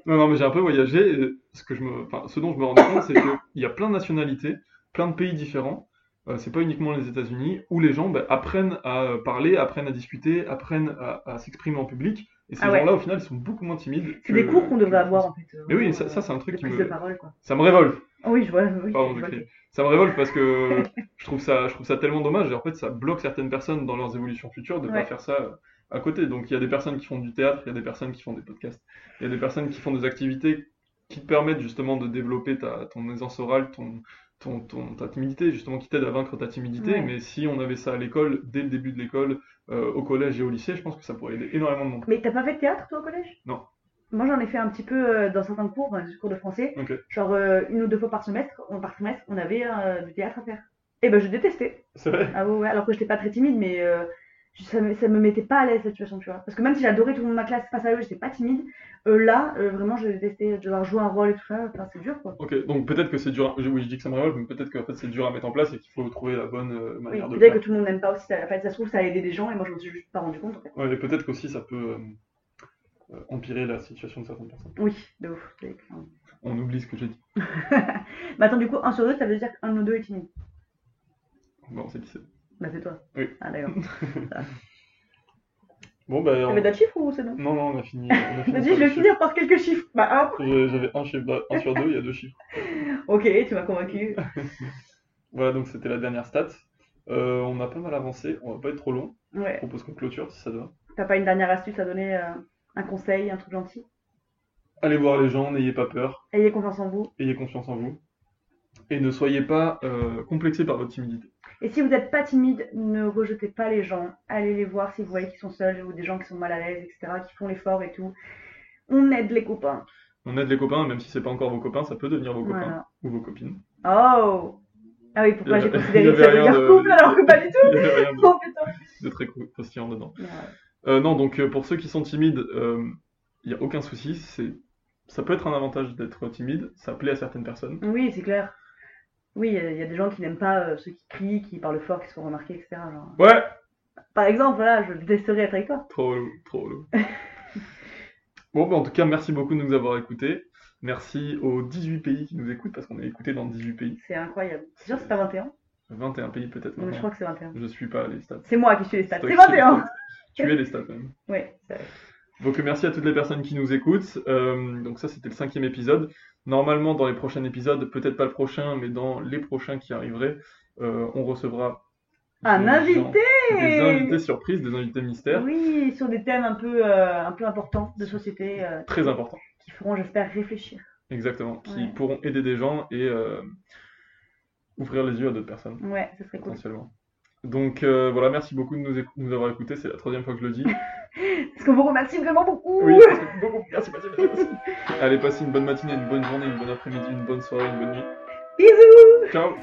Speaker 1: Non, non, mais j'ai un peu voyagé. et ce que je me, enfin, ce dont je me rends compte, c'est qu'il y a plein de nationalités, plein de pays différents. Euh, c'est pas uniquement les États-Unis où les gens ben, apprennent à parler, apprennent à discuter, apprennent à, à s'exprimer en public. Et ces
Speaker 2: Ah ouais.
Speaker 1: gens-là, au final, ils sont beaucoup moins timides. que-
Speaker 2: C'est des cours qu'on devrait
Speaker 1: que-
Speaker 2: avoir en fait.
Speaker 1: Mais Euh, oui,
Speaker 2: vraiment,
Speaker 1: ça,
Speaker 2: euh,
Speaker 1: ça, c'est un
Speaker 2: de
Speaker 1: truc qui
Speaker 2: prise de
Speaker 1: me,
Speaker 2: parole quoi.
Speaker 1: ça me révolte.
Speaker 2: Ah oui, je vois. Oui,
Speaker 1: Pardon,
Speaker 2: je
Speaker 1: j'ai
Speaker 2: vois.
Speaker 1: crié. Ça me révolte parce que je trouve ça, je trouve ça tellement dommage et en fait ça bloque certaines personnes dans leurs évolutions futures de ne pas
Speaker 2: Ouais.
Speaker 1: faire ça euh, à côté. Donc il y a des personnes qui font du théâtre, il y a des personnes qui font des podcasts, il y a des personnes qui font des activités qui te permettent justement de développer ta, ton aisance orale, ton, ton, ton- ta timidité, justement qui t'aide à vaincre ta timidité.
Speaker 2: Ouais.
Speaker 1: Mais si on avait ça à l'école, dès le début de l'école, euh, au collège et au lycée, je pense que ça pourrait aider énormément de monde.
Speaker 2: Mais t'as pas fait de théâtre toi au collège
Speaker 1: Non.
Speaker 2: Moi j'en ai fait un petit peu euh, dans certains cours, euh, cours de français.
Speaker 1: Ok.
Speaker 2: Genre euh, une ou deux fois par semestre, on, par trimestre, on avait euh, du théâtre à faire. Et ben je détestais.
Speaker 1: C'est vrai.
Speaker 2: Ah ouais, ouais, alors que j'étais pas très timide, mais euh, je- ça, me, ça me mettait pas à l'aise cette situation, tu vois. Parce que même si j'adorais tout le monde de ma classe, face à eux, j'étais pas timide. euh, là, euh, vraiment, je détestais devoir jouer un rôle et tout ça. Enfin, c'est dur, quoi.
Speaker 1: Ok, donc peut-être que c'est dur. À... Oui, je dis que ça me révolte, mais peut-être que en fait, c'est dur à mettre en place et qu'il faut trouver la bonne euh,
Speaker 2: Oui,
Speaker 1: manière de le
Speaker 2: peut-être
Speaker 1: faire.
Speaker 2: que tout le monde n'aime pas aussi. Ça, en fait, ça se trouve, ça a aidé des gens et moi, je m'en suis juste pas rendu compte, en fait.
Speaker 1: Ouais, et peut-être qu'aussi ça peut euh, euh, empirer la situation de certaines personnes.
Speaker 2: Oui, de ouf. c'est clair.
Speaker 1: On oublie ce que j'ai dit.
Speaker 2: Mais attends, du coup, un sur deux, ça veut dire qu'un de nous deux est timide.
Speaker 1: Bon, c'est lycée.
Speaker 2: Bah, c'est toi.
Speaker 1: Oui.
Speaker 2: Ah, d'accord.
Speaker 1: Bon, ben.
Speaker 2: T'avais d'autres chiffres ou c'est bon
Speaker 1: Non, non, on a fini. on a
Speaker 2: Ah,
Speaker 1: fini sur
Speaker 2: Vas-y, je vais
Speaker 1: les chiffres.
Speaker 2: finir par quelques chiffres. Bah, hop.
Speaker 1: J'ai- J'avais un chiffre, bah, un sur deux, il y a deux chiffres.
Speaker 2: Ok, tu m'as convaincu.
Speaker 1: Voilà, donc c'était la dernière stat. Euh, on a pas mal avancé, on va pas être trop long. Je
Speaker 2: Ouais.
Speaker 1: propose qu'on clôture si ça te va.
Speaker 2: T'as pas une dernière astuce à donner euh, Un conseil, un truc gentil
Speaker 1: Allez voir les gens, n'ayez pas peur,
Speaker 2: Ayez confiance en vous.
Speaker 1: ayez confiance en vous. Et ne soyez pas euh, complexé par votre timidité.
Speaker 2: Et si vous n'êtes pas timide, ne rejetez pas les gens. Allez les voir si vous voyez qu'ils sont seuls ou des gens qui sont mal à l'aise, etc., qui font l'effort et tout. On aide les copains.
Speaker 1: On aide les copains, même si c'est pas encore vos copains, ça peut devenir vos copains
Speaker 2: Voilà.
Speaker 1: ou vos copines.
Speaker 2: Oh Ah oui, pourquoi
Speaker 1: Il y
Speaker 2: j'ai
Speaker 1: avait-
Speaker 2: considéré
Speaker 1: il y
Speaker 2: que ça
Speaker 1: avait
Speaker 2: veut
Speaker 1: rien
Speaker 2: dire
Speaker 1: de-
Speaker 2: couple alors que pas du tout
Speaker 1: Il y a rien de,
Speaker 2: Oh putain
Speaker 1: de très croustillant dedans.
Speaker 2: Mais ouais.
Speaker 1: Euh, non, donc euh, pour ceux qui sont timides, il n'y a aucun souci. C'est, ça peut être un avantage d'être timide, ça plaît à certaines personnes.
Speaker 2: Oui, c'est clair. Oui, il y, a- il y a des gens qui n'aiment pas euh, ceux qui crient, qui parlent fort, qui se font remarquer, etc. genre.
Speaker 1: Ouais,
Speaker 2: Par exemple, voilà, je détesterais être avec toi.
Speaker 1: trop relou, trop relou. Bon, bah, en tout cas, merci beaucoup de nous avoir écoutés. Merci aux 18 pays qui nous écoutent, parce qu'on est écouté dans 18 pays.
Speaker 2: C'est incroyable. C'est sûr, c'est pas 21
Speaker 1: 21 pays peut-être
Speaker 2: Non, Je
Speaker 1: maintenant.
Speaker 2: crois que c'est 21.
Speaker 1: Je suis pas les stats.
Speaker 2: C'est moi qui suis les stats.
Speaker 1: toi
Speaker 2: C'est
Speaker 1: qui suis les
Speaker 2: 21
Speaker 1: Tu es les stats quand même.
Speaker 2: Ouais, c'est vrai.
Speaker 1: Donc euh, merci à toutes les personnes qui nous écoutent. Euh, donc ça c'était le cinquième épisode. Normalement dans les prochains épisodes, peut-être pas le prochain, mais dans les prochains qui arriveraient, euh, on recevra
Speaker 2: Un
Speaker 1: des
Speaker 2: invité
Speaker 1: gens- des invités surprises, des invités mystères,
Speaker 2: Oui, sur des thèmes un peu, euh, un peu importants de société euh,
Speaker 1: très importants,
Speaker 2: qui feront, j'espère, réfléchir.
Speaker 1: exactement, qui
Speaker 2: Ouais.
Speaker 1: pourront aider des gens et euh, ouvrir les yeux à d'autres personnes
Speaker 2: Ouais, ce serait cool.
Speaker 1: potentiellement. Donc euh, voilà, merci beaucoup de nous, éc- de nous avoir écoutés. C'est la troisième fois que je le dis.
Speaker 2: Parce qu'on vous remercie vraiment beaucoup.
Speaker 1: Oui, parce que- beaucoup. Merci, merci, merci. Allez, passez une bonne matinée, une bonne journée, une bonne après-midi, une bonne soirée, une bonne nuit.
Speaker 2: Bisous.
Speaker 1: Ciao.